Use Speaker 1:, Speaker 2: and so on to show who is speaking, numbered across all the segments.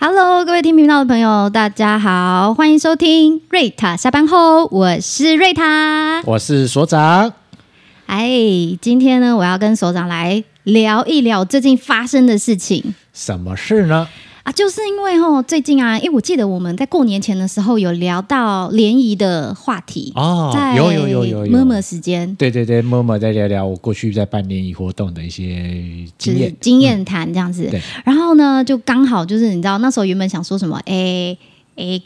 Speaker 1: Hello，各位听频道的朋友，大家好，欢迎收听瑞塔下班后，我是瑞塔。
Speaker 2: 我是所长。
Speaker 1: 哎，今天呢，我要跟首长来聊一聊最近发生的事情
Speaker 2: 什么事呢？
Speaker 1: 啊，就是因为哦，最近啊，哎，我记得我们在过年前的时候有聊到联谊的话题
Speaker 2: 哦
Speaker 1: 在
Speaker 2: 有有有有有
Speaker 1: 么么时间。
Speaker 2: 对对对，默默在聊聊我过去在办联谊活动的一些
Speaker 1: 就
Speaker 2: 经
Speaker 1: 是
Speaker 2: 验。嗯
Speaker 1: 经验谈这样子。
Speaker 2: 对
Speaker 1: 然后呢，就刚好就是你知道那时候原本想说什么，哎哎，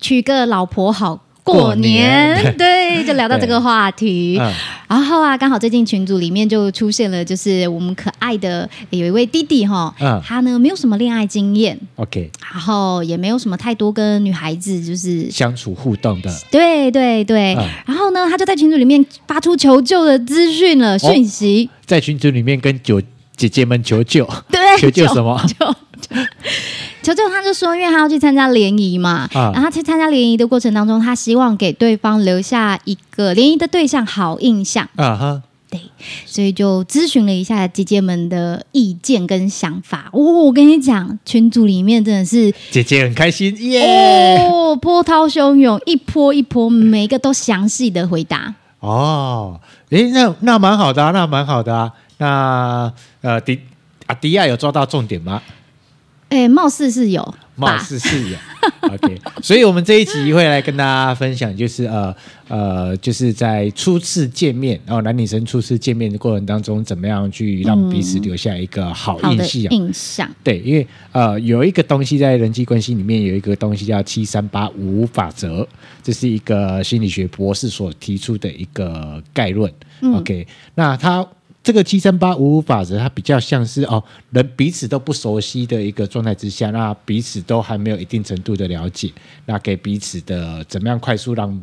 Speaker 1: 娶个老婆好。过
Speaker 2: 过年
Speaker 1: 年对，就聊到这个话题。
Speaker 2: 嗯
Speaker 1: 然后啊，刚好最近群组里面就出现了，就是我们可爱的有一位弟弟哈，
Speaker 2: 嗯
Speaker 1: 他呢没有什么恋爱经验，
Speaker 2: ，OK，
Speaker 1: 然后也没有什么太多跟女孩子就是
Speaker 2: 相处互动的
Speaker 1: 对对对。
Speaker 2: 嗯
Speaker 1: 然后呢，他就在群组里面发出求救的资讯
Speaker 2: 哦
Speaker 1: 了讯息，
Speaker 2: 在群组里面跟九姐姐们求救，
Speaker 1: 对，
Speaker 2: 求救什 么？
Speaker 1: 就就球球他就说，因为他要去参加联谊嘛，
Speaker 2: 啊
Speaker 1: 然后他去参加联谊的过程当中，他希望给对方留下一个联谊的对象好印象，
Speaker 2: 啊哈，
Speaker 1: 所以就咨询了一下姐姐们的意见跟想法。哦，我跟你讲，群组里面真的是
Speaker 2: 姐姐很开心耶。
Speaker 1: 哦，波涛汹涌，一波一波，每一个都详细的回答。
Speaker 2: 哦，诶，那那蛮好的啊，那蛮好的啊。那呃，迪阿迪亚有抓到重点吗？
Speaker 1: 哎，貌似是有
Speaker 2: 貌
Speaker 1: 吧？
Speaker 2: 似是有。OK，所以我们这一集会来跟大家分享，就是呃呃，就是在初次见面，然、后男女生初次见面的过程当中，怎么样去让彼此留下一个好
Speaker 1: 好
Speaker 2: 印
Speaker 1: 的
Speaker 2: 象？
Speaker 1: 印象，
Speaker 2: 对，因为呃，有一个东西在人际关系里面有一个东西叫七三八五法则，这是一个心理学博士所提出的一个概论。OK，那它这个七三八五五法则，它比较像是哦，人彼此都不熟悉的一个状态之下，那彼此都还没有一定程度的了解，那给彼此的怎么样快速让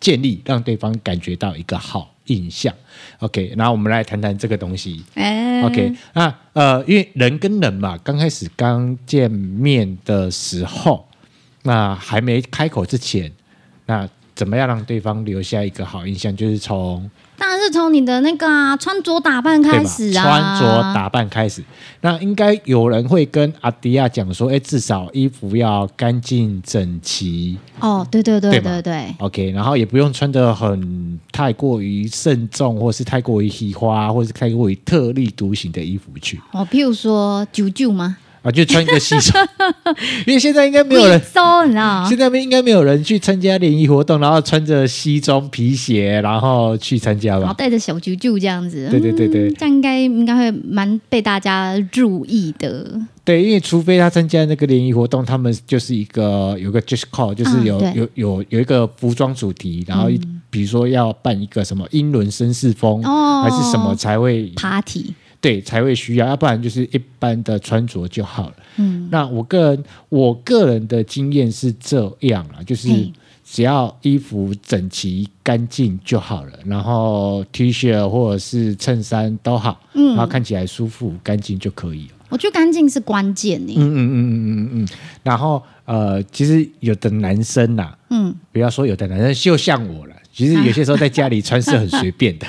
Speaker 2: 建立，让对方感觉到一个好印象。OK，然后我们来谈谈这个东西。
Speaker 1: 哎
Speaker 2: OK，那呃，因为人跟人嘛，刚开始刚见面的时候，那还没开口之前，那怎么样让对方留下一个好印象？就是从
Speaker 1: 当然是从你的那个啊穿着打扮
Speaker 2: 对
Speaker 1: 开
Speaker 2: 吧
Speaker 1: 始啊，
Speaker 2: 穿着打扮开始。那应该有人会跟阿迪亚讲说，哎，至少衣服要干净整齐
Speaker 1: 哦，对对对
Speaker 2: 对
Speaker 1: 对
Speaker 2: 吗
Speaker 1: 对，
Speaker 2: ，OK，然后也不用穿得很太过于慎重，或是太过于喜花，或是太过于特立独行的衣服去。
Speaker 1: 哦，譬如说九九吗？
Speaker 2: 啊，就穿一个西 装，因为现在应该没有人，
Speaker 1: 收，你知道吗
Speaker 2: 现？在应该没有人去参加联谊活动，然后穿着西装皮鞋，然后去参加
Speaker 1: 然后
Speaker 2: 吧。
Speaker 1: 带着小九九这样子，
Speaker 2: 对对对对
Speaker 1: 啊嗯这样应该应该会蛮被大家注意的。
Speaker 2: 对，因为除非他参加那个联谊活动，他们就是一个有个 just call，就是有、
Speaker 1: 啊对嗯
Speaker 2: 有有有一个服装主题，然后一比如说要办一个什么英伦绅士风、
Speaker 1: 哦
Speaker 2: 还是什么才会
Speaker 1: Party，
Speaker 2: 对才会需要，要不然就是一般的穿着就好了。
Speaker 1: 嗯，
Speaker 2: 那我个人我个人的经验是这样啦，就是
Speaker 1: 嘿
Speaker 2: 只要衣服整齐干净就好了，然后 T 恤或者是衬衫都好，
Speaker 1: 嗯
Speaker 2: 然后看起来舒服干净就可以了。
Speaker 1: 我觉得干净是关键呢。
Speaker 2: 嗯嗯嗯嗯嗯嗯。然后呃，其实有的男生呐、
Speaker 1: 嗯，
Speaker 2: 不要说有的男生就像我了，其实有些时候在家里穿是很随便 的，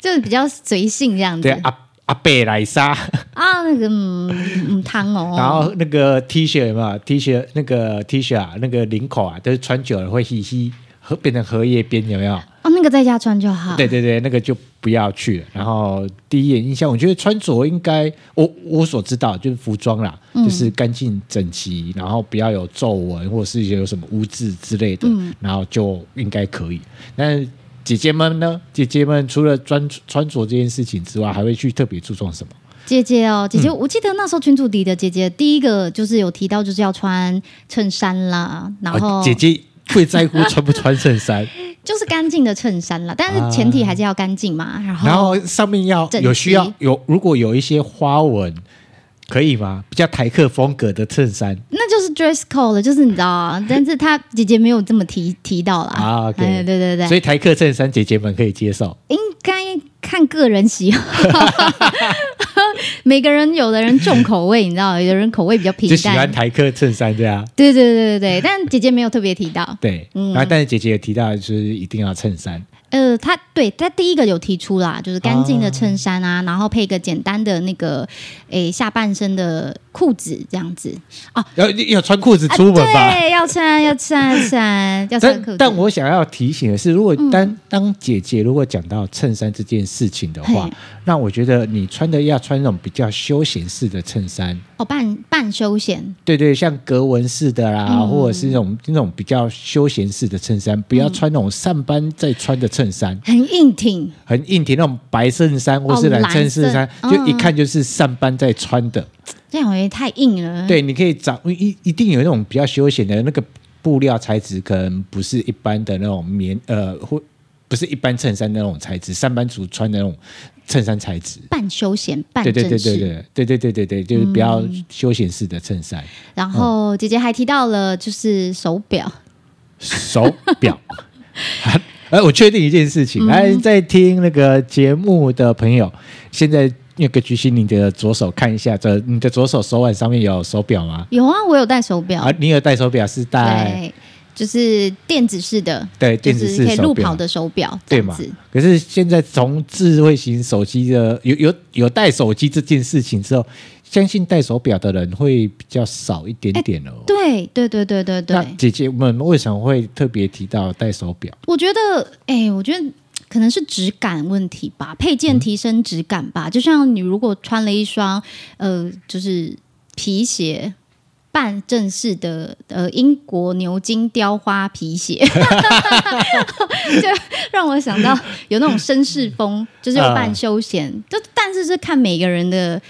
Speaker 1: 就是比较随性这样子
Speaker 2: 对啊阿阿贝莱莎。
Speaker 1: 啊，那个嗯嗯汤哦，
Speaker 2: 然后那个 T 恤有没有 T 恤那个 T 恤啊，那个领口啊，都是穿久了会嘻嘻，荷变成荷叶边有没有？
Speaker 1: 哦那个在家穿就好。
Speaker 2: 对对对，那个就不要去了。然后第一眼印象，我觉得穿着应该我我所知道就是服装啦，
Speaker 1: 嗯
Speaker 2: 就是干净整齐，然后不要有皱纹或者是有什么污渍之类的，
Speaker 1: 嗯
Speaker 2: 然后就应该可以。但是姐姐们呢？姐姐们除了穿穿着这件事情之外，还会去特别注重什么？
Speaker 1: 姐姐哦，姐姐，
Speaker 2: 嗯
Speaker 1: 我记得那时候群主底的姐姐，第一个就是有提到就是要穿衬衫啦，然后
Speaker 2: 啊姐姐会在乎穿不穿衬衫。
Speaker 1: 就是干净的衬衫啦，但是前提还是要干净嘛。然后
Speaker 2: 然后上面要
Speaker 1: 哦整齐
Speaker 2: 有需要有，如果有一些花纹，可以吗？比较台客风格的衬衫
Speaker 1: 那就是 dress code 了，就是你知道 啊，但是她姐姐没有这么提提到啦。
Speaker 2: 啊，OK，、
Speaker 1: 哎对对对，
Speaker 2: 所以台客衬衫姐姐们可以接受。
Speaker 1: 应该看个人喜 好，每个人有的人重口味，你知道，有的人口味比较平
Speaker 2: 就喜欢
Speaker 1: 淡。
Speaker 2: 台客衬衫这样，
Speaker 1: 对对对对对，但姐姐没有特别提到。
Speaker 2: 对。
Speaker 1: 嗯
Speaker 2: 然后，但是姐姐也提到，就是一定要衬衫，
Speaker 1: 呃，她对她第一个有提
Speaker 2: 啊
Speaker 1: 出啦，就是干净的衬衫啊，然后配一个简单的那个诶下半身的裤子这样子哦，
Speaker 2: 要要穿裤子
Speaker 1: 啊
Speaker 2: 出门吧。
Speaker 1: 对，要穿要穿要穿啊要穿裤子。
Speaker 2: 但
Speaker 1: 嗯
Speaker 2: 但我想要提醒的是，如果当、当姐姐如果讲到衬衫这件事情的话
Speaker 1: 嘿，
Speaker 2: 那我觉得你穿的要穿那种比较休闲式的衬衫，
Speaker 1: 哦半半休闲，
Speaker 2: 对对，像格纹式的啦，
Speaker 1: 嗯
Speaker 2: 或者是那种那种比较休闲式的衬衫，不要穿那种上班在穿的衬衫，
Speaker 1: 很硬挺，
Speaker 2: 很硬挺那种白衬衫或是
Speaker 1: 哦
Speaker 2: 蓝衬衬衫，
Speaker 1: 蓝色
Speaker 2: 就一看就是上班在穿的。
Speaker 1: 这样我觉得太硬了。，
Speaker 2: 对，你可以找一一定有那种比较休闲的那个布料材质，可能不是一般的那种棉呃或不是一般衬衫那种材质，上班族穿的那种衬衫材质。
Speaker 1: 半休闲半
Speaker 2: 对
Speaker 1: 正式。
Speaker 2: 对对对对对对对对对，就是比较休闲式的衬衫。
Speaker 1: 然
Speaker 2: 嗯
Speaker 1: 后姐姐还提到了就是手表，
Speaker 2: 手 表。哎，我确定一件事
Speaker 1: 嗯
Speaker 2: 情，哎、在听那个节目的朋友，现在那个举起你的左手看一下，这你的左手手腕上面有手表吗？
Speaker 1: 有啊，我有戴手表，
Speaker 2: 啊，你有戴手表是戴
Speaker 1: 对，就是电子式的，
Speaker 2: 对电子
Speaker 1: 就是
Speaker 2: 式
Speaker 1: 可以
Speaker 2: 手
Speaker 1: 路
Speaker 2: 表
Speaker 1: 跑的手表，这
Speaker 2: 对
Speaker 1: 样
Speaker 2: 嘛
Speaker 1: 子。？
Speaker 2: 可是现在从智慧型手机的有有有戴手机这件事情之后，相信戴手表的人会比较少一点点哦。
Speaker 1: 对对对对哎对
Speaker 2: 那
Speaker 1: 对，
Speaker 2: 姐姐们为什么会特别提到戴手表？
Speaker 1: 我觉得，哎、我觉得可能是质感问题吧，配件提升质感吧。就像你如果穿了一双呃，就是皮鞋。半正式的呃英国牛津雕花皮鞋， 就让我想到有那种绅士风，就是有半休闲，就但是是看每个人的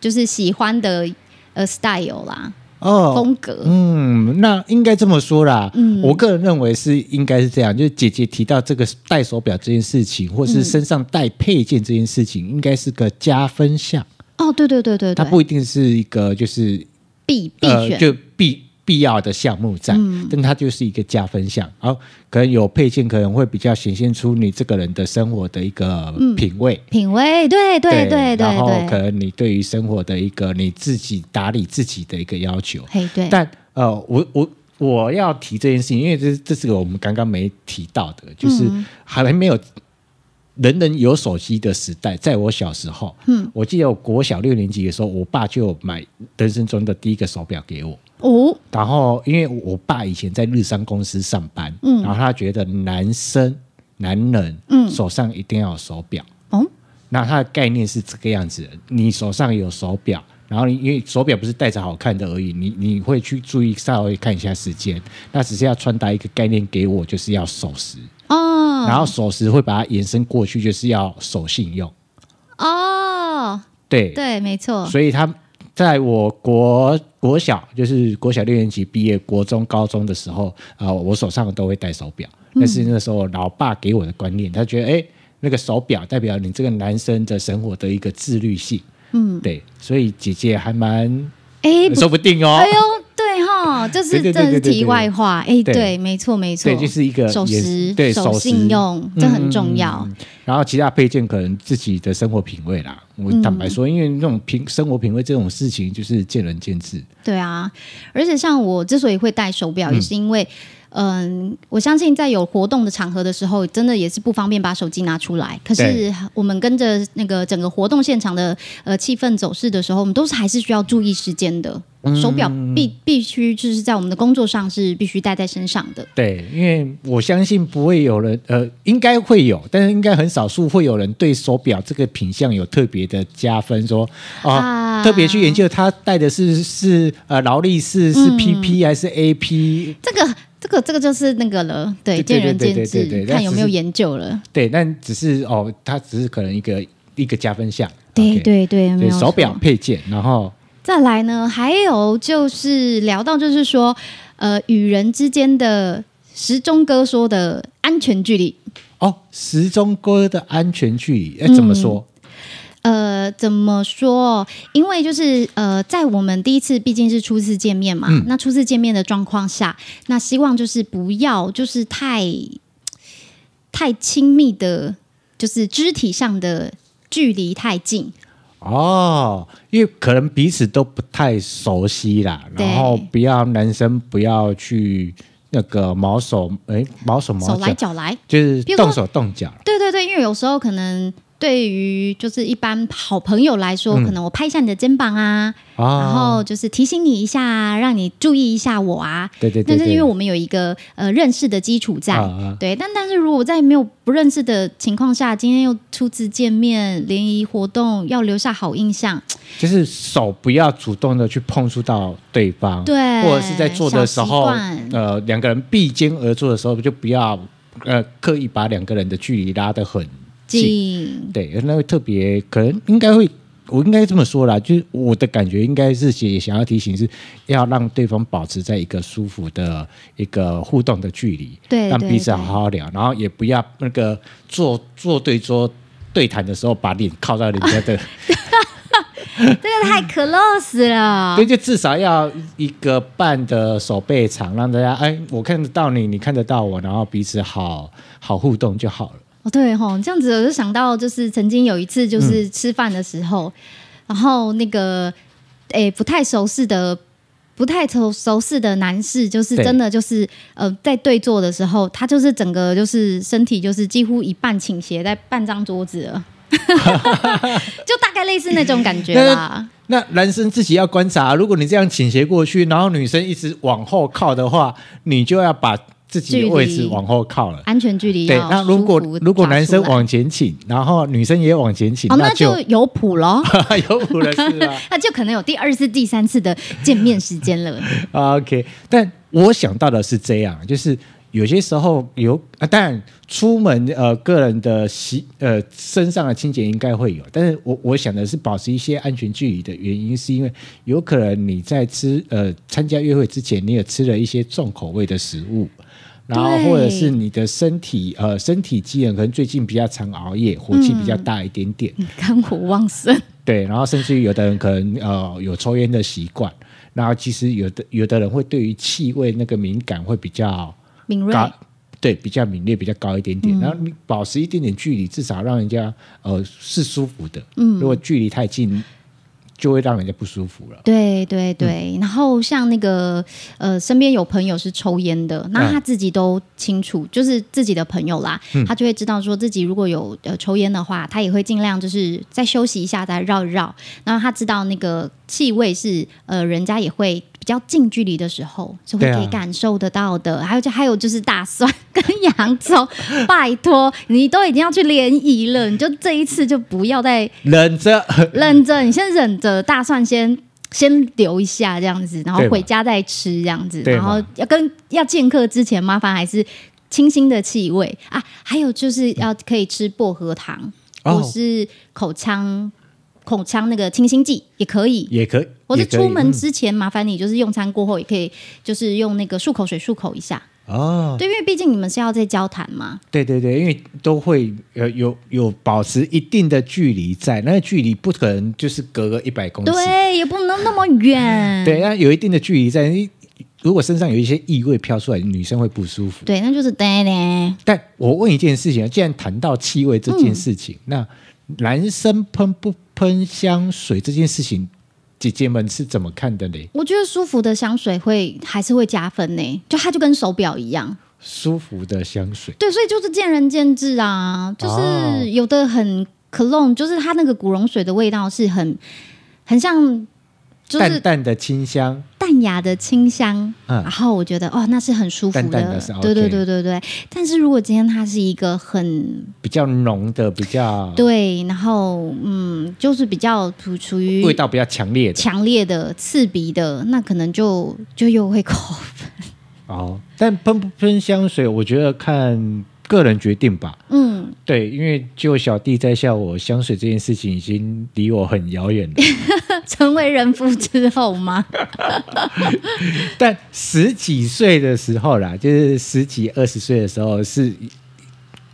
Speaker 1: 就是喜欢的呃 style 啦、
Speaker 2: 哦，
Speaker 1: 风格，
Speaker 2: 嗯，那应该这么说啦。
Speaker 1: 嗯
Speaker 2: 我个人认为是应该是这样，就是姐姐提到这个戴手表这件事情，或
Speaker 1: 嗯
Speaker 2: 是身上戴配件这件事情，应该是个加分项，
Speaker 1: 哦，对对对对
Speaker 2: 它
Speaker 1: 对，
Speaker 2: 不一定是一个就是
Speaker 1: 必必
Speaker 2: 呃
Speaker 1: 选，嗯
Speaker 2: 就必必要的项目在，但它就是一个加分项。然后可能有配件，可能会比较显现出你这个人的生活的一个品味。
Speaker 1: 品味，对嗯对对对
Speaker 2: 然后
Speaker 1: 对，
Speaker 2: 可能你对于生活的一个你自己打理自己的一个要求，
Speaker 1: 嘿，对，
Speaker 2: 但呃，我我我要提这件事情，因为这这是个我们刚刚没提到的，就是还没有人人有手机的时代，在我小时候，嗯，我记得我国小六年级的时候，我爸就买人生中的第一个手表给我。
Speaker 1: 哦，
Speaker 2: 然后，因为我爸以前在日商公司上班，嗯，然后他觉得男生男人，嗯，手上一定要有手表，
Speaker 1: 哦，
Speaker 2: 那它的概念是这个样子的：你手上有手表，然后你因为手表不是戴着好看的而已，你你会去注意稍微看一下时间。那只是要传达一个概念给我，就是要守时，
Speaker 1: 哦，
Speaker 2: 然后守时会把它延伸过去，就是要守信用。
Speaker 1: 哦，
Speaker 2: 对，
Speaker 1: 对，没错，
Speaker 2: 所以他在我国国小，就是国小六年级毕业，国中、高中的时候，啊、我手上都会戴手表。
Speaker 1: 嗯
Speaker 2: 但是那时候老爸给我的观念，他觉得，哎、那个手表代表你这个男生的生活的一个自律性。嗯，对，所以姐姐还蛮，
Speaker 1: 哎，不
Speaker 2: 说不定哦。
Speaker 1: 哎呦，对哈，这是
Speaker 2: 对对对
Speaker 1: 这是
Speaker 2: 对对
Speaker 1: 题外话，哎，
Speaker 2: 对
Speaker 1: 对，没错没错，
Speaker 2: 对就是一个
Speaker 1: 守
Speaker 2: 也
Speaker 1: 时，
Speaker 2: 对
Speaker 1: 守
Speaker 2: 守
Speaker 1: 信
Speaker 2: 时嗯
Speaker 1: 用，这很重要，
Speaker 2: 然后其他配件可能自己的生活品味啦，我坦
Speaker 1: 嗯
Speaker 2: 白说，因为那种品生活品味这种事情，就是见仁见智。
Speaker 1: 对啊，而且像我之所以会戴手表，也是因为，嗯，我相信在有活动的场合的时候，真的也是不方便把手机拿出来。可是
Speaker 2: 对
Speaker 1: 我们跟着那个整个活动现场的呃气氛走势的时候，我们都是还是需要注意时间的。
Speaker 2: 嗯
Speaker 1: 手表必必须就是在我们的工作上是必须戴在身上的。
Speaker 2: 对，因为我相信不会有人，呃，应该会有，但是应该很少数会有人对手表这个品相有特别的加分，说哦、
Speaker 1: 啊
Speaker 2: 特别去研究它戴的是是呃劳力士
Speaker 1: 嗯
Speaker 2: 是 PP 还是 AP，、
Speaker 1: 这个这个这个就是那个了，对，
Speaker 2: 对
Speaker 1: 见仁
Speaker 2: 对
Speaker 1: 见
Speaker 2: 对对对
Speaker 1: 智，
Speaker 2: 对
Speaker 1: 看
Speaker 2: 那
Speaker 1: 有
Speaker 2: 只
Speaker 1: 没有
Speaker 2: 是
Speaker 1: 研究了。
Speaker 2: 对，但只是哦，它只是可能一个一个加分项，
Speaker 1: 对
Speaker 2: OK
Speaker 1: 对对，没
Speaker 2: 对，
Speaker 1: 有
Speaker 2: 手
Speaker 1: 错
Speaker 2: 表配件，然后
Speaker 1: 再来呢，还有就是聊到就是说，呃，与人之间的时钟哥说的安全距离，
Speaker 2: 哦，时钟哥的安全距离，
Speaker 1: 嗯
Speaker 2: 哎，怎么说？
Speaker 1: 呃，怎么说？因为就是呃，在我们第一次毕竟是初次见面嘛，那初次见面的状况下，那希望就是不要就是太太亲密的，就是肢体上的距离太近，
Speaker 2: 哦，因为可能彼此都不太熟悉啦，
Speaker 1: 对
Speaker 2: 然后不要男生不要去那个毛手哎毛手毛
Speaker 1: 手来
Speaker 2: 脚，
Speaker 1: 脚来。
Speaker 2: 就是
Speaker 1: 比如说
Speaker 2: 动手动脚啦
Speaker 1: 对对对，因为有时候可能对于就是一般好朋友来说，
Speaker 2: 嗯
Speaker 1: 可能我拍一下你的肩膀啊，
Speaker 2: 啊，
Speaker 1: 然后就是提醒你一下啊，让你注意一下我啊。
Speaker 2: 对对对，
Speaker 1: 但是因为
Speaker 2: 对
Speaker 1: 我们有一个呃认识的基础在，
Speaker 2: 啊啊
Speaker 1: 对，但但是如果在没有不认识的情况下，今天又初次见面，联谊活动要留下好印象，
Speaker 2: 就是手不要主动的去碰触到对方，
Speaker 1: 对，
Speaker 2: 啊或者是在做的时候
Speaker 1: 小习惯，
Speaker 2: 呃，两个人并肩而坐的时候，就不要呃刻意把两个人的距离拉得很近，
Speaker 1: 近，
Speaker 2: 对，那会特别可能应该会。我应该这么说啦，就是我的感觉应该是也想要提醒，是要让对方保持在一个舒服的一个互动的距离，
Speaker 1: 对
Speaker 2: 让
Speaker 1: 对
Speaker 2: 彼此
Speaker 1: 对
Speaker 2: 好好聊，然后也不要那个坐坐对桌对谈的时候把脸靠到人家 的
Speaker 1: 这个太 close 了
Speaker 2: 所以。就至少要一个半的手背长，让大家哎，我看得到你，你看得到我，然后彼此好好互动就好了。
Speaker 1: 哦，对吼、这样子我就想到，就是曾经有一次，
Speaker 2: 嗯
Speaker 1: 就是吃饭的时候，然后那个诶不太熟识的。不太熟熟识的男士，就是
Speaker 2: 对
Speaker 1: 真的就是呃，在对坐的时候，他就是整个就是身体就是几乎一半倾斜在半张桌子了， 就大概类似那种感觉啦。
Speaker 2: 那男生自己要观察，如果你这样倾斜过去，然后女生一直往后靠的话，你就要把自己的位
Speaker 1: 距
Speaker 2: 置
Speaker 1: 离
Speaker 2: 往后靠了。
Speaker 1: 安全距离
Speaker 2: 对，
Speaker 1: 要
Speaker 2: 那如果
Speaker 1: 哦舒服
Speaker 2: 如果
Speaker 1: 抓
Speaker 2: 男
Speaker 1: 出
Speaker 2: 生
Speaker 1: 来
Speaker 2: 往前倾，然后女生也往前倾，
Speaker 1: 哦，那
Speaker 2: 那就
Speaker 1: 就有谱咯，
Speaker 2: 有谱了，是啊吧？
Speaker 1: 那就可能有第二次、第三次的见面时间了。
Speaker 2: 啊 OK，但我想到的是这样，就是有些时候有啊，当然出门呃，个人的习呃身上的清洁应该会有，但是我我想的是保持一些安全距离的原因，是因为有可能你在吃呃参加约会之前，你也吃了一些重口味的食物。然后，
Speaker 1: 对
Speaker 2: 或者是你的身体，呃，身体机能可能最近比较常熬夜，火气比较大一点点，
Speaker 1: 肝火旺盛，
Speaker 2: 对，然后甚至于有的人可能呃有抽烟的习惯，然后其实有的有的人会对于气味那个敏感会比较
Speaker 1: 敏锐。
Speaker 2: 高，对，比较敏锐，比较高一点点。
Speaker 1: 嗯
Speaker 2: 然后你保持一点点距离，至少让人家呃是舒服的。嗯，如果距离太近，就会让人家不舒服了。
Speaker 1: 对对对，
Speaker 2: 嗯
Speaker 1: 然后像那个呃，身边有朋友是抽烟的，
Speaker 2: 嗯
Speaker 1: 那他自己都清楚，就是自己的朋友啦，
Speaker 2: 嗯
Speaker 1: 他就会知道说自己如果有呃抽烟的话，他也会尽量就是再休息一下，再绕一绕。然后他知道那个气味是呃，人家也会比较近距离的时候是会
Speaker 2: 对啊
Speaker 1: 可以感受得到的。还有就还有就是大蒜跟洋 葱，拜托你都已经要去联谊了，你就这一次就不要再
Speaker 2: 忍着，
Speaker 1: 忍着，你先忍着，大蒜先先留一下这样子，然后
Speaker 2: 对嘛
Speaker 1: 回家再吃这样子，
Speaker 2: 对
Speaker 1: 然
Speaker 2: 嘛
Speaker 1: 后要跟要见客之前，麻烦还是清新的气味啊，还有就是要可以吃薄荷糖、
Speaker 2: 哦
Speaker 1: 或是口腔口腔那个清新剂也可以。
Speaker 2: 也可以，
Speaker 1: 或是
Speaker 2: 也可以
Speaker 1: 出门
Speaker 2: 嗯
Speaker 1: 之前，麻烦你就是用餐过后也可以，就是用那个漱口水漱口一下。
Speaker 2: 哦，
Speaker 1: 对，因为毕竟你们是要在交谈嘛。
Speaker 2: 对对对，因为都会呃有有保持一定的距离在，那个距离不可能嗯就是隔个一百公尺，
Speaker 1: 对，也不能那么远。
Speaker 2: 对，那有一定的距离在。你如果身上有一些异味飘出来，女生会不舒服。
Speaker 1: 对，那就是呆呆。
Speaker 2: 但我问一件事情，啊既然谈到气味这件事
Speaker 1: 嗯
Speaker 2: 情，那男生喷不喷香水这件事情，姐姐们是怎么看的呢？
Speaker 1: 我觉得舒服的香水会还是会加分呢，就它就跟手表一样。
Speaker 2: 舒服的香水，
Speaker 1: 对，所以就是见仁见智啊，就
Speaker 2: 哦
Speaker 1: 是有的很 cologne，就是它那个古龙水的味道是很很像，就
Speaker 2: 淡
Speaker 1: 是
Speaker 2: 淡的清香，
Speaker 1: 淡雅的清香。
Speaker 2: 嗯
Speaker 1: 然后我觉得哦，那是很舒服
Speaker 2: 淡淡的是 OK
Speaker 1: 对对对对对。但是如果今天它是一个很
Speaker 2: 比较浓的，比较
Speaker 1: 对，然后嗯，就是比较属属于
Speaker 2: 味道比较强烈的
Speaker 1: 强烈的、刺鼻的，那可能就就又会扣分。
Speaker 2: 哦。但喷不喷香水，我觉得看个人决定吧。
Speaker 1: 嗯，
Speaker 2: 对，因为就小弟在下，我香水这件事情已经离我很遥远了。
Speaker 1: 成为人夫之后吗？
Speaker 2: 但十几岁的时候啦，就是十几二十岁的时候是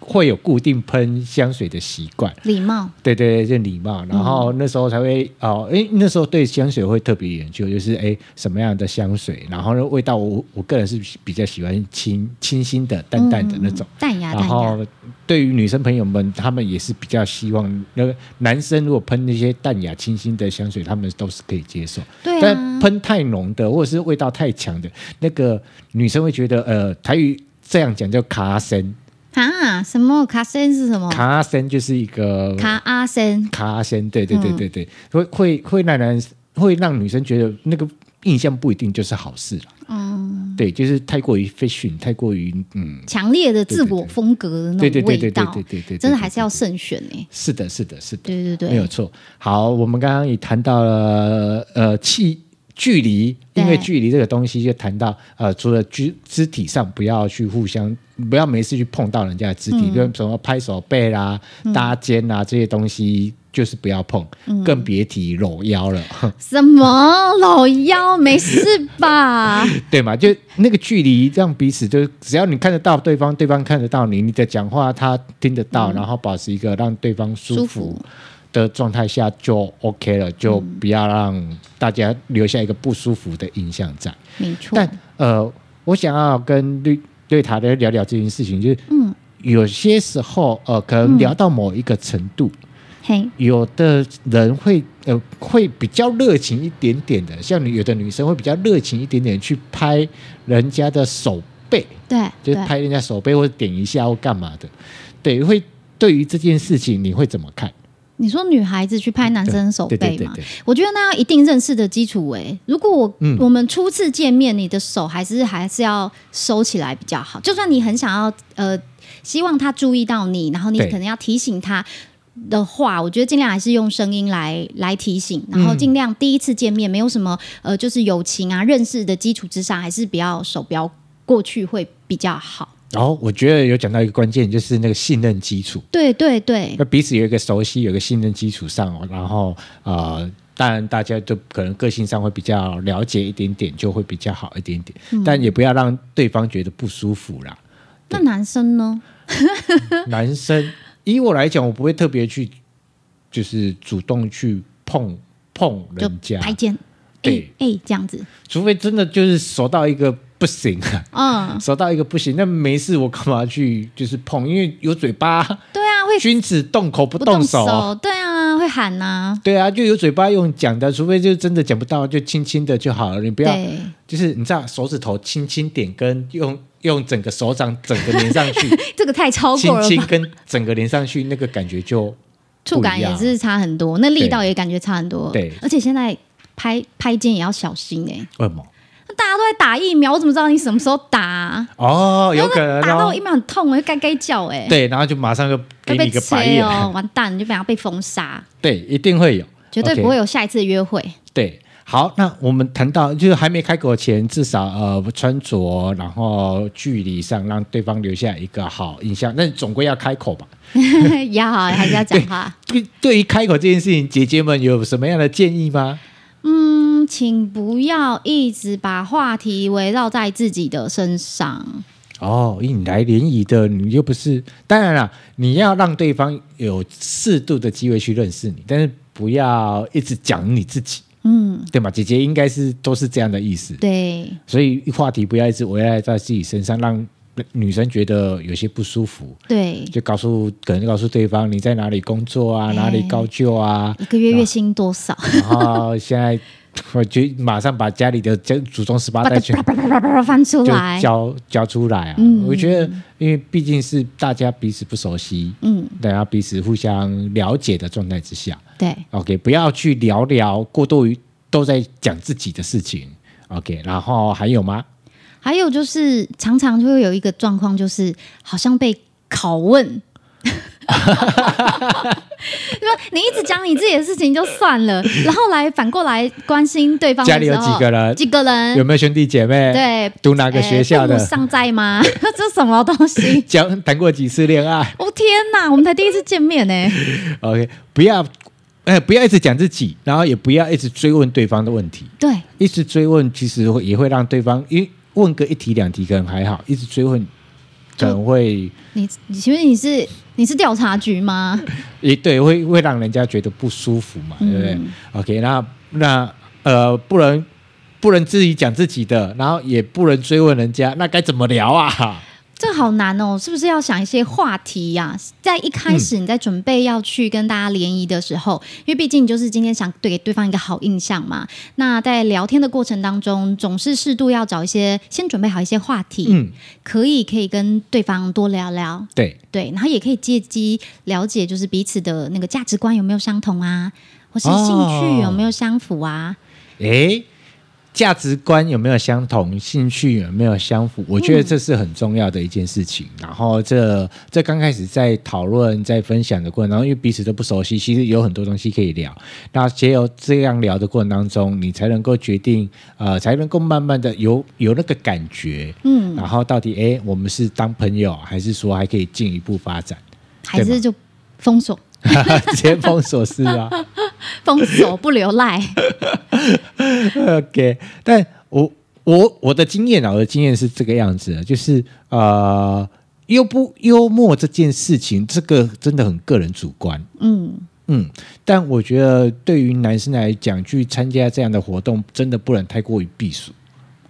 Speaker 2: 会有固定喷香水的习惯。
Speaker 1: 礼貌，
Speaker 2: 对对对，就礼貌，然后
Speaker 1: 嗯
Speaker 2: 那时候才会哦，诶，那时候对香水会特别研究，就是诶什么样的香水，然后呢味道我我个人是比较喜欢清清新的、淡淡的那种。
Speaker 1: 嗯淡雅
Speaker 2: 然
Speaker 1: 淡雅，
Speaker 2: 后对于女生朋友们，她们也是比较希望那个男生如果喷那些淡雅清新的香水，他们都是可以接受。
Speaker 1: 对
Speaker 2: 但
Speaker 1: 啊，
Speaker 2: 喷太浓的或者是味道太强的，那个女生会觉得呃，台语这样讲叫卡身，
Speaker 1: 啊，什么卡森是什么？
Speaker 2: 卡阿森就是一个
Speaker 1: 哦卡嗯阿森，
Speaker 2: 卡阿森，对对对对对，会会会让人会让女生觉得那个印象不一定就是好事啦。
Speaker 1: 嗯，
Speaker 2: 对，就是太过于 fashion，太过于嗯，
Speaker 1: 强烈的自我风格的那
Speaker 2: 对对
Speaker 1: 种味
Speaker 2: 对对对
Speaker 1: 道，
Speaker 2: 对对对，
Speaker 1: 真的还是
Speaker 2: 要
Speaker 1: 要慎选哎。
Speaker 2: 是的，是的，是的，
Speaker 1: 对对对，
Speaker 2: 没有错。好，我们刚刚也谈到了呃气距离，因为
Speaker 1: 对
Speaker 2: 距离这个东西就谈到呃，除了肢肢体上不要去互相，不要没事去碰到人家的肢
Speaker 1: 嗯
Speaker 2: 体，比如什么拍手背啦、搭肩啦这些东西。就是不要碰，
Speaker 1: 嗯
Speaker 2: 更别提搂腰了，
Speaker 1: 什么老妖没事吧？
Speaker 2: 对嘛？就那个距离，让彼此就只要你看得到对方，对方看得到你，你的讲话他听得到，然后保持一个让对方舒
Speaker 1: 舒
Speaker 2: 服
Speaker 1: 服
Speaker 2: 的状态下就 OK 了，就不要让大家留下一个不舒服的印象在。
Speaker 1: 没错，
Speaker 2: 但呃，我想要跟绿绿塔的聊聊这件事情，就是
Speaker 1: 嗯，
Speaker 2: 有些时候呃，可能聊到某一个程度，
Speaker 1: 嘿，
Speaker 2: 有的人会呃会比较热情一点点的，像有的女生会比较热情一点点去拍人家的手背，
Speaker 1: 对，
Speaker 2: 就是
Speaker 1: 对
Speaker 2: 拍人家手背或者点一下或干嘛的。对，会对于这件事情你会怎么看？
Speaker 1: 你说女孩子去拍男生手
Speaker 2: 对对
Speaker 1: 背
Speaker 2: 对
Speaker 1: 嘛
Speaker 2: 对？
Speaker 1: 我觉得那要一定认识的基础诶、如果我、
Speaker 2: 嗯
Speaker 1: 我们初次见面，你的手还是还是要收起来比较好。就算你很想要呃，希望他注意到你，然后你
Speaker 2: 对
Speaker 1: 可能要提醒他的话，我觉得尽量还是用声音来来提醒，然后
Speaker 2: 嗯
Speaker 1: 尽量第一次见面没有什么呃，就是友情啊认识的基础之上，还是比较手不要过去会比较好。
Speaker 2: 然后哦我觉得有讲到一个关键，就是那个信任基础，
Speaker 1: 对对对
Speaker 2: 那彼此有一个熟悉，有一个信任基础上哦，然后呃，当然大家就可能个性上会比较了解一点点，就会比较好一点点，但也不要让对方觉得不舒服啦。
Speaker 1: 那男生呢？
Speaker 2: 男生以我来讲，我不会特别去就是主动去碰碰
Speaker 1: 就
Speaker 2: 人家，
Speaker 1: 拍肩，哎
Speaker 2: 对
Speaker 1: 哎、这样子，
Speaker 2: 除非真的就是熟到一个不行啊。
Speaker 1: 嗯。
Speaker 2: 熟到一个不行，那没事，我干嘛去就是碰？因为有嘴巴，
Speaker 1: 对啊，会
Speaker 2: 君子动口不
Speaker 1: 不
Speaker 2: 动手。
Speaker 1: 手，对啊，会喊呐、
Speaker 2: 对啊，就有嘴巴用讲的，除非就真的讲不到，就轻轻的就好了。你不要，
Speaker 1: 对，
Speaker 2: 就是你知道手指头轻轻点跟用用整个手掌整个连上 去，
Speaker 1: 这个太超过
Speaker 2: 轻
Speaker 1: 了
Speaker 2: 轻
Speaker 1: 吧，
Speaker 2: 跟整个连上去，那个感觉就
Speaker 1: 触感也是差很多，那力道
Speaker 2: 对
Speaker 1: 也感觉差很多。
Speaker 2: 对
Speaker 1: 而且现在拍拍肩也要小心哎、
Speaker 2: 为什么？
Speaker 1: 那大家都在打疫苗，我怎么知道你什么时候打啊、
Speaker 2: 哦，有可能
Speaker 1: 打到
Speaker 2: 哦
Speaker 1: 疫。苗很痛，我会该该叫哎、
Speaker 2: 对，然后就马上就
Speaker 1: 会
Speaker 2: 给你
Speaker 1: 被
Speaker 2: 一个白眼。
Speaker 1: 切哦，完蛋，你就等下被封杀，
Speaker 2: 对，一定会有，
Speaker 1: 绝对
Speaker 2: OK
Speaker 1: 不会有下一次的约会。
Speaker 2: 对，好，那我们谈到就是还没开口前，至少呃穿着，然后距离上让对方留下一个好印象。那总归要开口吧。
Speaker 1: 也好，还是要讲 话。
Speaker 2: 对，对于开口这件事情，姐姐们有什么样的建议吗？
Speaker 1: 嗯，请不要一直把话题围绕在自己的身上。
Speaker 2: 哦，引来联谊的，你又不是，当然啦，你要让对方有适度的机会去认识你，但是不要一直讲你自己，
Speaker 1: 嗯，
Speaker 2: 对吗？姐姐应该是都是这样的意思。
Speaker 1: 对，
Speaker 2: 所以话题不要一直围绕在自己身上，让女生觉得有些不舒服，
Speaker 1: 对，
Speaker 2: 就告诉可能告诉对方你在哪里工作啊，
Speaker 1: 哎
Speaker 2: 哪里高 就啊，
Speaker 1: 一个月月薪多少？
Speaker 2: 然后现在我就马上把家里的家祖宗十八
Speaker 1: 把它
Speaker 2: 代全
Speaker 1: 啪啪啪啪啪啪翻出
Speaker 2: 就
Speaker 1: 来。
Speaker 2: 交交出来啊。
Speaker 1: 嗯
Speaker 2: 我觉得，因为毕竟是大家彼此不熟悉，
Speaker 1: 嗯，
Speaker 2: 大家彼此互相了解的状态之下，
Speaker 1: 对，
Speaker 2: OK，不要去聊聊过多于都在讲自己的事情。OK，然后还有吗？
Speaker 1: 还有就是常常就会有一个状况，就是好像被拷问。因为你一直讲你自己的事情就算了，然后来反过来关心对方的
Speaker 2: 家里有
Speaker 1: 时候
Speaker 2: 几个人
Speaker 1: 几个人
Speaker 2: 有没有兄弟姐妹？，
Speaker 1: 嗯对
Speaker 2: 读哪个
Speaker 1: 呃
Speaker 2: 学校的
Speaker 1: 父母？尚在吗？这什么东西？
Speaker 2: 交谈过几次恋爱
Speaker 1: 我、天哪，我们才第一次见面呢、
Speaker 2: ？OK，不要，哎，不要一直讲自己，然后也不要一直追问对方的问题，
Speaker 1: 对，
Speaker 2: 一直追问其实会也会让对方，因为问个一题两题可能还好，一直追问可能会，
Speaker 1: 你，你请问你是你是调查局吗？
Speaker 2: 也对，会会让人家觉得不舒服嘛，对不对
Speaker 1: 嗯
Speaker 2: ？OK，那那呃，不能不能自己讲自己的，然后也不能追问人家，那该怎么聊啊？
Speaker 1: 这好难哦，是不是要想一些话题呀、在一开始你在准备要去跟大家联谊的时候，因为毕竟你就是今天想对给对方一个好印象嘛。那在聊天的过程当中，总是适度要找一些先准备好一些话题，
Speaker 2: 嗯，
Speaker 1: 可以可以跟对方多聊聊，
Speaker 2: 对，
Speaker 1: 对，然后也可以借机了解就是彼此的那个价值观有没有相同啊，或是兴趣有没有相符啊。
Speaker 2: 诶，价值观有没有相同，兴趣有没有相符？我觉得这是很重要的一件事情。然后这这刚开始在讨论、在分享的过程当中，因为彼此都不熟悉，其实有很多东西可以聊。那借由这样聊的过程当中，你才能够决定，呃，才能够慢慢的有有那个感觉，
Speaker 1: 嗯，
Speaker 2: 然后到底诶，我们是当朋友，还是说还可以进一步发展？
Speaker 1: 还是就封锁，
Speaker 2: 直接封锁是啊。
Speaker 1: 封锁不留赖。
Speaker 2: OK，但我我我的经验啊，我的经验是这个样子的，就是呃，幽不幽默这件事情，这个真的很个人主观。
Speaker 1: 嗯，
Speaker 2: 嗯，但我觉得对于男生来讲，去参加这样的活动，真的不能太过于避暑。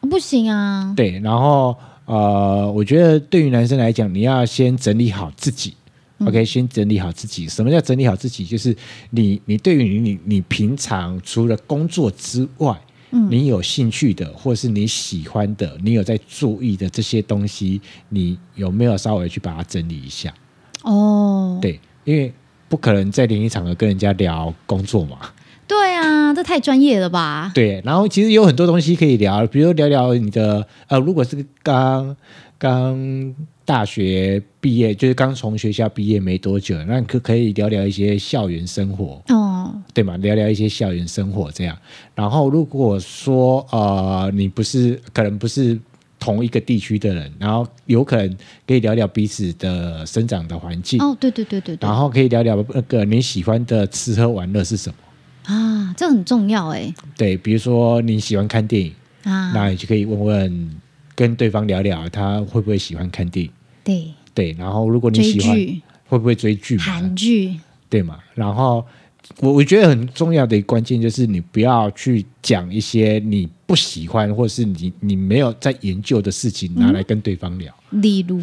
Speaker 1: 不行啊。
Speaker 2: 对，然后呃，我觉得对于男生来讲，你要先整理好自己。OK，先整理好自己。什么叫整理好自己？就是你，你对于你，你你平常除了工作之外，你有兴趣的，或是你喜欢的，你有在注意的这些东西，你有没有稍微去把它整理一下？
Speaker 1: 哦，
Speaker 2: 对，因为不可能在联谊场合跟人家聊工作嘛。
Speaker 1: 对啊，这太专业了吧？
Speaker 2: 对，然后其实有很多东西可以聊，比如聊聊你的呃，如果是呃刚刚大学毕业，就是刚从学校毕业没多久，那可可以聊聊一些校园生活，
Speaker 1: 哦，
Speaker 2: 对嘛？聊聊一些校园生活这样。然后如果说呃，你不是可能不是同一个地区的人，然后有可能可以聊聊彼此的生长的环境，
Speaker 1: 哦，对对对对对
Speaker 2: 然后可以聊聊那个你喜欢的吃喝玩乐是什么。
Speaker 1: 啊，这很重要哎
Speaker 2: 对，比如说你喜欢看电影，
Speaker 1: 啊，
Speaker 2: 那你就可以问问，跟对方聊聊，他会不会喜欢看电影？
Speaker 1: 对，
Speaker 2: 对，然后如果你
Speaker 1: 追
Speaker 2: 喜欢，
Speaker 1: 剧、
Speaker 2: 会不会追剧嘛
Speaker 1: 韩？剧，
Speaker 2: 对嘛？然后我我觉得很重要的一个关键就是你不要去讲一些你不喜欢或是你你没有在研究的事情拿来跟对方聊。
Speaker 1: 例如，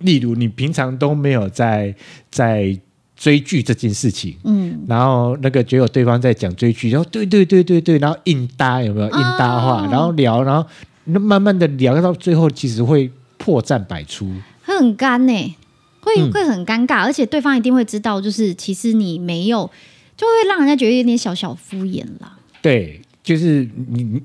Speaker 2: 例如，你平常都没有在在追剧这件事情，
Speaker 1: 嗯，
Speaker 2: 然后那个结果对方在讲追剧，然后对对对对对，然后硬搭有没有硬搭话，
Speaker 1: 哦
Speaker 2: 然后聊，然后那慢慢的聊到最后，其实会破绽百出。
Speaker 1: 会很干呢、欸会、
Speaker 2: 嗯
Speaker 1: 会很尴尬，而且对方一定会知道，就是其实你没有，就会让人家觉得有点小小敷衍啦，
Speaker 2: 对，就是你你，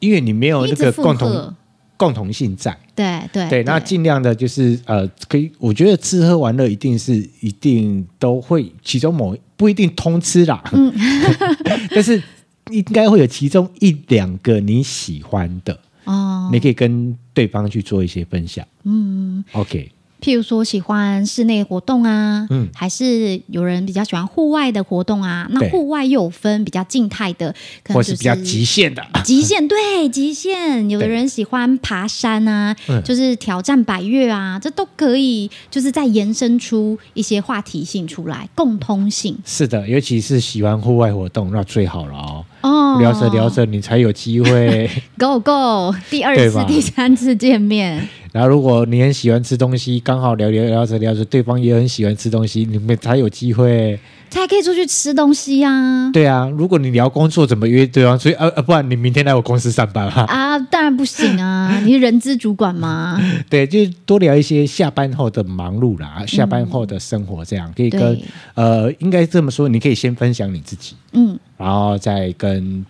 Speaker 2: 因为你没
Speaker 1: 一
Speaker 2: 有哦那
Speaker 1: 直
Speaker 2: 个
Speaker 1: 附
Speaker 2: 共同
Speaker 1: 和，
Speaker 2: 共同性在，
Speaker 1: 对对
Speaker 2: 对，那尽量的就是呃，可以，我觉得吃喝玩乐一定是一定都会，其中某不一定通吃啦，
Speaker 1: 嗯
Speaker 2: 但是应该会有其中一两个你喜欢的，
Speaker 1: 哦，
Speaker 2: 你可以跟对方去做一些分享。嗯，OK，
Speaker 1: 譬如说喜欢室内活动啊，
Speaker 2: 嗯
Speaker 1: 还是有人比较喜欢户外的活动啊，那
Speaker 2: 对
Speaker 1: 户外又有分比较静态的，可能
Speaker 2: 或
Speaker 1: 就是
Speaker 2: 比较极限的，
Speaker 1: 极限对极限，有的人喜欢爬山啊，
Speaker 2: 嗯
Speaker 1: 就是挑战百越啊，这都可以，就是再延伸出一些话题性出来，共通性
Speaker 2: 是的，尤其是喜欢户外活动，那最好了哦。
Speaker 1: 哦。
Speaker 2: 聊着聊着，你才有 机会。
Speaker 1: ，Go Go，第二
Speaker 2: 对
Speaker 1: 次
Speaker 2: 吧、
Speaker 1: 第三次见面，
Speaker 2: 然后，如果你很喜欢吃东西，刚好聊聊聊着聊着，对方也很喜欢吃东西，你们才有机会。
Speaker 1: 才可以出去吃东西啊。
Speaker 2: 对啊，如果你聊工作，怎么约对方？所以，呃、呃，不然你明天来我公司上班哈、
Speaker 1: 啊，当然不行啊！你是人资主管吗？
Speaker 2: 对，就是多聊一些下班后的忙碌啦，下班后的生活，这样、可以跟
Speaker 1: 嗯对
Speaker 2: 呃，应该这么说，你可以先分享你自己，
Speaker 1: 嗯，
Speaker 2: 然后再跟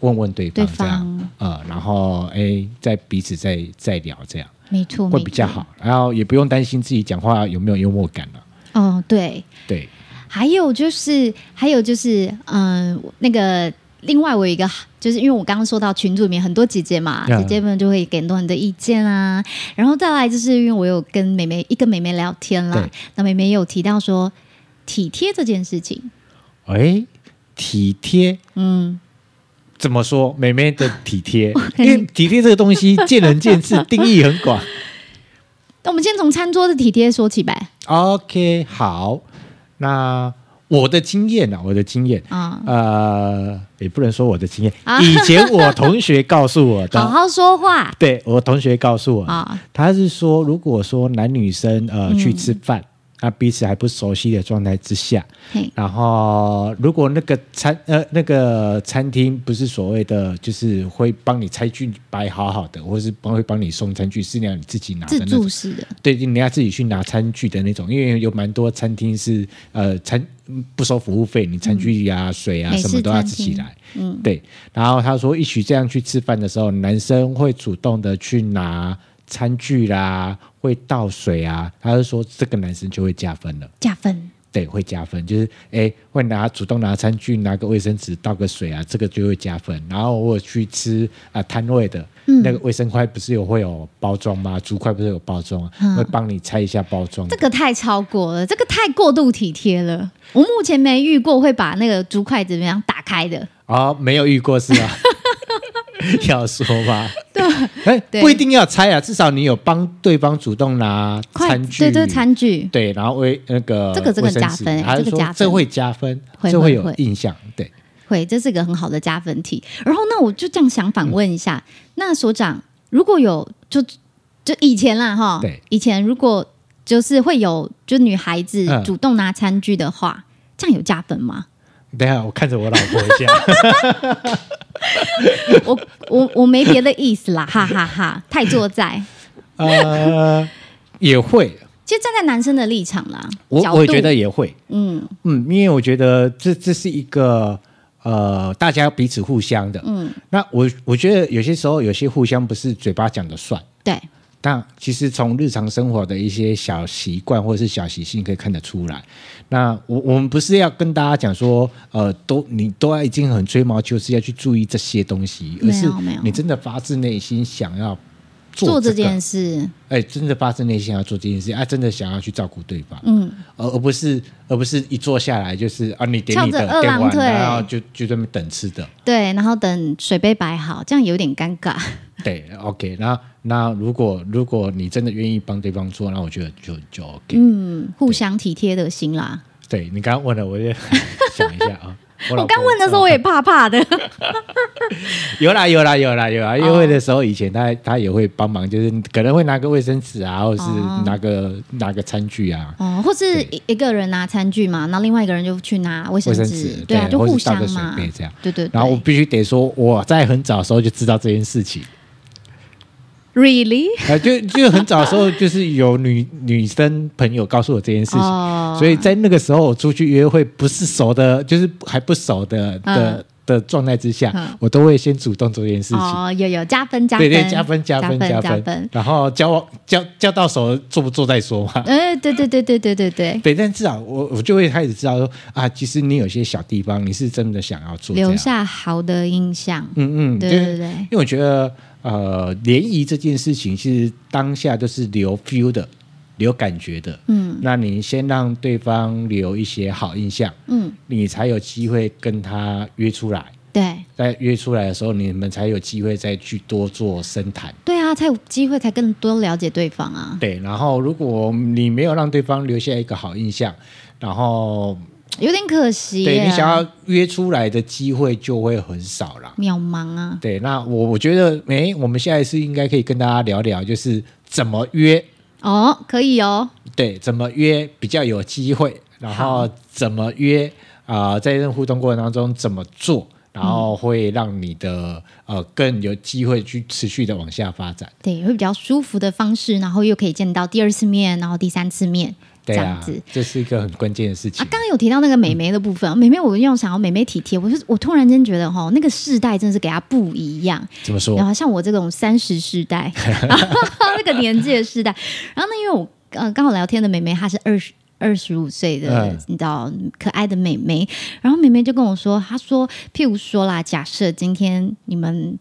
Speaker 2: 问问对
Speaker 1: 对
Speaker 2: 方这样，呃，然后哎，再彼此再再聊这样
Speaker 1: 没错，
Speaker 2: 会比较
Speaker 1: 没错。
Speaker 2: 好，然后也不用担心自己讲话有没有幽默感了、
Speaker 1: 哦，对，
Speaker 2: 对，
Speaker 1: 还有就是，还有就是，嗯、那个。另外，我有一个，就是因为我刚刚说到群组里面很多姐姐嘛，
Speaker 2: 嗯
Speaker 1: 姐姐们就会给很多人的意见啊。然后再来就是因为我有跟妹妹一跟妹妹聊天啦
Speaker 2: 对，
Speaker 1: 那妹妹也有提到说体贴这件事情，
Speaker 2: 哎，体贴
Speaker 1: 嗯，，
Speaker 2: 怎么说？妹妹的体 贴因为体贴这个东西见仁见智，定义很 广。
Speaker 1: 那我们先从餐桌的体贴说起呗。
Speaker 2: OK，好，那我的经验啊，我的经验，
Speaker 1: 啊、
Speaker 2: 呃，也不能说我的经验
Speaker 1: 啊，
Speaker 2: 以前我同学告诉我
Speaker 1: 好
Speaker 2: 的，
Speaker 1: 好说话
Speaker 2: 对我同学告诉我的，
Speaker 1: 啊，
Speaker 2: 他是说，如果说男女生呃去吃饭，那彼此还不熟悉的状态之下，
Speaker 1: 嘿，
Speaker 2: 然后如果那个餐呃那个餐厅不是所谓的就是会帮你餐具摆好好的，或是帮会帮你送餐具，是让你自己拿的
Speaker 1: 自
Speaker 2: 那
Speaker 1: 助
Speaker 2: 种。
Speaker 1: 式的，
Speaker 2: 对，你要自己去拿餐具的那种，因为有蛮多餐厅是呃餐不收服务费，你餐具呀、水啊
Speaker 1: 美
Speaker 2: 什么
Speaker 1: 式
Speaker 2: 都要
Speaker 1: 餐
Speaker 2: 自己
Speaker 1: 厅
Speaker 2: 来。嗯，对。然后他说，一起这样去吃饭的时候，男生会主动的去拿餐具啦，会倒水啊，他就说这个男生就会加分了。
Speaker 1: 加分
Speaker 2: 对，会加分，就是哎，会拿主动拿餐具，拿个卫生纸，倒个水啊，这个就会加分。然后我有去吃啊、摊位的、
Speaker 1: 嗯
Speaker 2: 那个卫生筷，不是有会有包装吗？竹筷不是有包装啊，会帮你拆一下包装。
Speaker 1: 嗯这个太超过了，这个太过度体贴了。我目前没遇过会把那个竹筷子怎么样打开的，
Speaker 2: 哦，没有遇过是吧？ 要说吧，对，哎，
Speaker 1: 对
Speaker 2: 不一定要拆啊，至少你有帮对方主动拿
Speaker 1: 筷
Speaker 2: 餐
Speaker 1: 子
Speaker 2: 具，
Speaker 1: 对对餐具，
Speaker 2: 对，然后卫那个
Speaker 1: 这个这个
Speaker 2: 卫生
Speaker 1: 加
Speaker 2: 纸
Speaker 1: 分
Speaker 2: 还
Speaker 1: 这
Speaker 2: 是
Speaker 1: 个
Speaker 2: 说
Speaker 1: 加
Speaker 2: 这
Speaker 1: 分
Speaker 2: 会加分，
Speaker 1: 会
Speaker 2: 这
Speaker 1: 会
Speaker 2: 有
Speaker 1: 会
Speaker 2: 印象，对。
Speaker 1: 会，这是个很好的加分题。然后，那我就这样想反问一
Speaker 2: 嗯
Speaker 1: 下，那所长如果有就就以前啦哈，
Speaker 2: 对，
Speaker 1: 以前如果就是会有就女孩子
Speaker 2: 嗯
Speaker 1: 主动拿餐具的话，这样有加分吗？
Speaker 2: 等一下，我看着我老婆一下。
Speaker 1: 我我我没别的意思啦，哈哈哈太作在。
Speaker 2: 呃，也会，
Speaker 1: 其实站在男生的立场啦，
Speaker 2: 我
Speaker 1: 角度
Speaker 2: 我也觉得也会，
Speaker 1: 嗯
Speaker 2: 嗯，因为我觉得这这是一个呃，大家彼此互相的，嗯，那我我觉得有些时候有些互相不是嘴巴讲的算，
Speaker 1: 对，
Speaker 2: 但其实从日常生活的一些小习惯或者是小习性可以看得出来。那我我们不是要跟大家讲说，呃，都你都要已经很吹毛求疵要去注意这些东西，而
Speaker 1: 没有
Speaker 2: 是
Speaker 1: 没有
Speaker 2: 你真的发自内心想要
Speaker 1: 做
Speaker 2: 做
Speaker 1: 这
Speaker 2: 这
Speaker 1: 件
Speaker 2: 件事。
Speaker 1: 事，
Speaker 2: 哎、真的发自内心要做这件事，啊，真的想要去照顾对方，
Speaker 1: 嗯，
Speaker 2: 而而不是而不是一坐下来就是啊，你点
Speaker 1: 翘
Speaker 2: 你的
Speaker 1: 着二
Speaker 2: 点
Speaker 1: 郎
Speaker 2: 完，
Speaker 1: 腿
Speaker 2: 然后就就在那边等吃的，
Speaker 1: 对，然后等水杯摆好，这样有点尴尬。
Speaker 2: 对，OK，那那如果如果你真的愿意帮对方做，那我觉得就就 OK。
Speaker 1: 嗯，互相体贴的心啦。
Speaker 2: 对你刚刚问了，我就想一下 啊。我老
Speaker 1: 我
Speaker 2: 婆
Speaker 1: 刚问的时候我也怕怕的，
Speaker 2: 有啦有啦有啦有
Speaker 1: 哦
Speaker 2: 啦，约会的时候以前他他也会帮忙，就是可能会拿个卫生纸啊，或者是
Speaker 1: 哦
Speaker 2: 拿个拿个餐具啊，
Speaker 1: 哦，或是一一个人拿餐具嘛，然后另外一个人就去拿卫生
Speaker 2: 卫生
Speaker 1: 纸
Speaker 2: 纸，
Speaker 1: 对啊，
Speaker 2: 对
Speaker 1: 就
Speaker 2: 或是
Speaker 1: 互
Speaker 2: 倒
Speaker 1: 相
Speaker 2: 个水
Speaker 1: 嘛，
Speaker 2: 杯这样
Speaker 1: 对对对。
Speaker 2: 然后我必须得说，我在很早的时候就知道这件事情，
Speaker 1: really
Speaker 2: 啊、就就很早的时候，就是有女女生朋友告诉我这件事情，
Speaker 1: 哦
Speaker 2: 所以在那个时候我出去约会，不是熟的，就是还不熟的的、
Speaker 1: 嗯
Speaker 2: 的状态之下，
Speaker 1: 嗯
Speaker 2: 我都会先主动做这件事情。
Speaker 1: 哦，有有加分加
Speaker 2: 对
Speaker 1: 分
Speaker 2: 对，加分加分
Speaker 1: 分
Speaker 2: 加
Speaker 1: 加
Speaker 2: 分，。然后交往交交到手做不做再说嘛。
Speaker 1: 哎，对对对对对对对，
Speaker 2: 对，但至少我我就会开始知道说啊，其实你有些小地方你是真的想要做这样，
Speaker 1: 留下好的印象。
Speaker 2: 嗯嗯，
Speaker 1: 对
Speaker 2: 因为
Speaker 1: 对对
Speaker 2: 因为我觉得呃，联谊这件事情其实当下都是留 feel 的，留感觉的。
Speaker 1: 嗯，
Speaker 2: 那你先让对方留一些好印象，
Speaker 1: 嗯，
Speaker 2: 你才有机会跟他约出来。
Speaker 1: 对
Speaker 2: 在约出来的时候，你们才有机会再去多做深谈。
Speaker 1: 对啊，才有机会才更多了解对方啊。
Speaker 2: 对，然后如果你没有让对方留下一个好印象，然后
Speaker 1: 有点可惜啊耶，
Speaker 2: 对你想要约出来的机会就会很少啦。
Speaker 1: 渺茫啊，
Speaker 2: 对，那我我觉得，哎，我们下一次应该可以跟大家聊聊，就是怎么约，
Speaker 1: 哦，可以哦，
Speaker 2: 对，怎么约比较有机会，然后怎么约啊、在这互动过程当中怎么做，然后
Speaker 1: 嗯
Speaker 2: 会让你的呃更有机会去持续的往下发展。
Speaker 1: 对，会比较舒服的方式，然后又可以见到第二次面，然后第三次面，这
Speaker 2: 对
Speaker 1: 样
Speaker 2: 啊
Speaker 1: 子。，
Speaker 2: 这是一个很关键的事情。
Speaker 1: 啊，刚刚有提到那个美眉的部分，美眉我用想要美眉体贴，我就是我突然间觉得哈，那个世代真的是给她不一样。
Speaker 2: 怎么说
Speaker 1: 然？后像我这种三十世 代， 那个年纪的世代，然后呢，因为我呃刚好聊天的妹妹她是二十。二十五岁的
Speaker 2: 嗯，
Speaker 1: 你知道可爱的妹妹，然后妹妹就跟我说，她说，譬如说啦，假设今天你们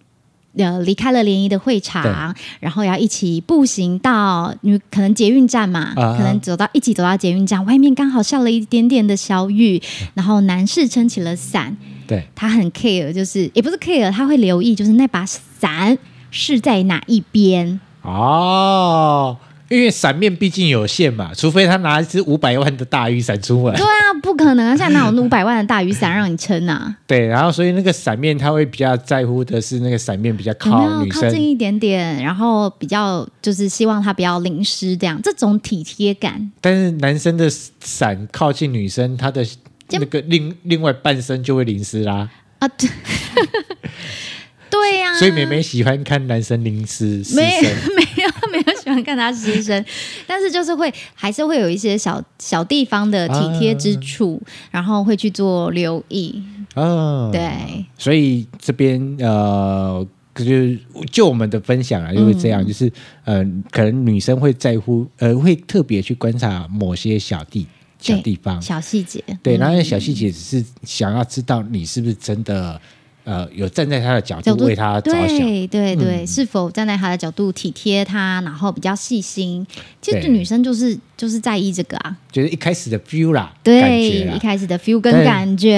Speaker 1: 呃离开了联谊的会场，然后要一起步行到你可能捷运站嘛，
Speaker 2: 啊
Speaker 1: 可能走到一起走到捷运站，外面刚好下了一点点的小雨，
Speaker 2: 嗯
Speaker 1: 然后男士撑起了伞，
Speaker 2: 对，
Speaker 1: 他很 care，就是也不是 care，他会 留意就是那把伞是在哪一边。
Speaker 2: 哦，因为伞面毕竟有限嘛，除非他拿一只五百万的大雨伞出门
Speaker 1: 对。啊，不可能啊！现在哪有五百万的大雨伞让你撑 啊？
Speaker 2: 对，然后所以那个伞面他会比较在乎的是那个伞面比较
Speaker 1: 有没
Speaker 2: 靠
Speaker 1: 有
Speaker 2: 女
Speaker 1: 靠近
Speaker 2: 生，
Speaker 1: 一点点，然后比较就是希望它不要淋湿，这样这种体贴感，
Speaker 2: 但是男生的伞靠近女生，他的
Speaker 1: 这
Speaker 2: 那个另另外半身就会淋湿啦。
Speaker 1: 啊， 对对呀、
Speaker 2: 所以美美喜欢看男生淋湿湿
Speaker 1: 啊没
Speaker 2: 身。
Speaker 1: 没有没有喜欢看他牺 牲，但是就是会还是会有一些小小地方的体贴之处，然后会去做留意。
Speaker 2: 啊，
Speaker 1: 对，
Speaker 2: 所以这边呃，就是就我们的分享啊，就是这样，
Speaker 1: 嗯
Speaker 2: 就是呃，可能女生会在乎，呃，会特别去观察某些小地小
Speaker 1: 对
Speaker 2: 地方，
Speaker 1: 小细节，
Speaker 2: 对，
Speaker 1: 嗯
Speaker 2: 然后小细节只是想要知道你是不是真的呃有站在他的角
Speaker 1: 角
Speaker 2: 度
Speaker 1: 度
Speaker 2: 为他着想。嗯
Speaker 1: 对对对，是否站在他的角度体贴他，然后比较细心？其实
Speaker 2: 对
Speaker 1: 女生就是就是在意这个啊，
Speaker 2: 就是一开始的 feel 啦，感觉
Speaker 1: 对，一
Speaker 2: 啦。
Speaker 1: 开始的 feel 跟
Speaker 2: 但
Speaker 1: 感觉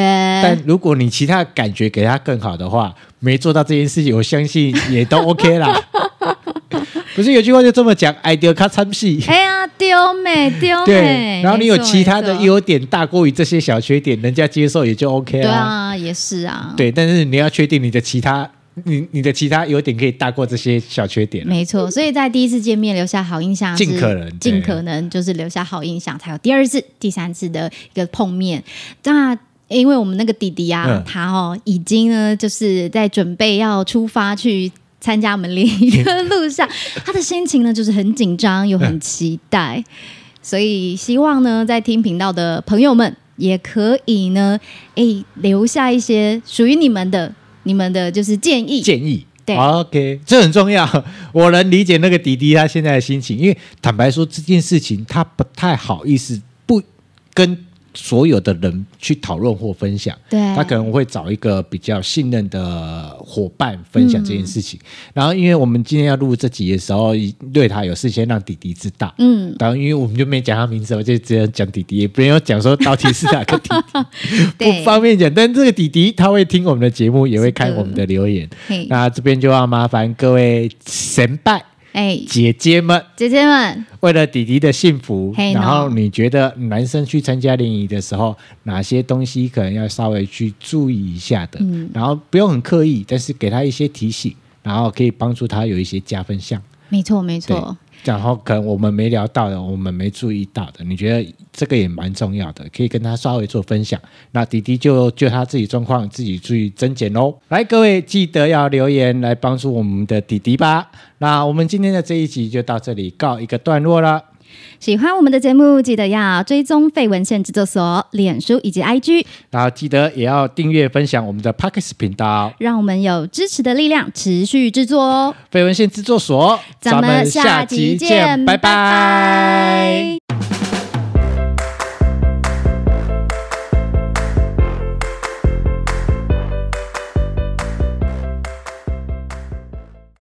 Speaker 2: 但，如果你其他的感觉给他更好的话，没做到这件事情，我相信也都 OK 啦。不是有句话就这么讲，idea 卡参戏。
Speaker 1: 哎呀，丢美丢
Speaker 2: 对
Speaker 1: 美，，
Speaker 2: 然后你有
Speaker 1: 哦没错
Speaker 2: 其他的
Speaker 1: 没错
Speaker 2: 优点大过于这些小缺点，人家接受也就 OK
Speaker 1: 对
Speaker 2: 啦。
Speaker 1: 啊，也是啊，
Speaker 2: 对，但是你要确定你的其他，你你的其他优点可以大过这些小缺点啊。
Speaker 1: 没错，所以在第一次见面留下好印象是，
Speaker 2: 尽可能
Speaker 1: 尽可能就是留下好印象，才有第二次、第三次的一个碰面。那因为我们那个弟弟啊，
Speaker 2: 嗯
Speaker 1: 他哦已经呢就是在准备要出发去。参加我们联谊的路上，他的心情呢就是很紧张又很期 待，所以希望呢在听频道的朋友们也可以呢，诶留下一些属于你们的、你们的就是建议。
Speaker 2: 建议。
Speaker 1: 对
Speaker 2: OK，这很重要。 我能理解那个迪迪他现在的心情，因为坦白说这件事情他不太好意思不跟所有的人去讨论或分享，
Speaker 1: 对，
Speaker 2: 他可能会找一个比较信任的伙伴分
Speaker 1: 嗯
Speaker 2: 享这件事情。然后，因为我们今天要录这集的时候，对他有事先让迪迪知道。
Speaker 1: 嗯，
Speaker 2: 然后，因为我们就没讲他名字，我就直接讲弟弟，也不要讲说到底是哪个弟弟，
Speaker 1: 对
Speaker 2: 不方便讲。但这个弟弟他会听我们的节目，也会看
Speaker 1: 是的
Speaker 2: 我们的留言。
Speaker 1: 嘿，
Speaker 2: 那这边就要麻烦各位神拜
Speaker 1: 哎，
Speaker 2: 姐姐们，
Speaker 1: 姐姐们，
Speaker 2: 为了弟弟的幸福
Speaker 1: 嘿，
Speaker 2: 然后
Speaker 1: 喏
Speaker 2: 你觉得男生去参加联谊的时候，哪些东西可能要稍微去注意一下的，
Speaker 1: 嗯
Speaker 2: 然后不用很刻意，但是给他一些提醒，然后可以帮助他有一些加分项。
Speaker 1: 没错没
Speaker 2: 对
Speaker 1: 错，，
Speaker 2: 然后可能我们没聊到的，我们没注意到的，你觉得这个也蛮重要的，可以跟他稍微做分享。那迪迪就就他自己状况自己注意增减喽。来，各位记得要留言来帮助我们的迪迪吧。那我们今天的这一集就到这里告一个段落了。
Speaker 1: 喜欢我们的节目，记得要追踪费文献制作所脸书以及 IG，
Speaker 2: 然后记得也要订阅分享我们的 p o c k e t 频道
Speaker 1: 让我们有支持的力量，持续制作哦。
Speaker 2: 绯闻线制作所。
Speaker 1: 咱们下集见，
Speaker 2: 拜
Speaker 1: 拜
Speaker 2: 拜
Speaker 1: 拜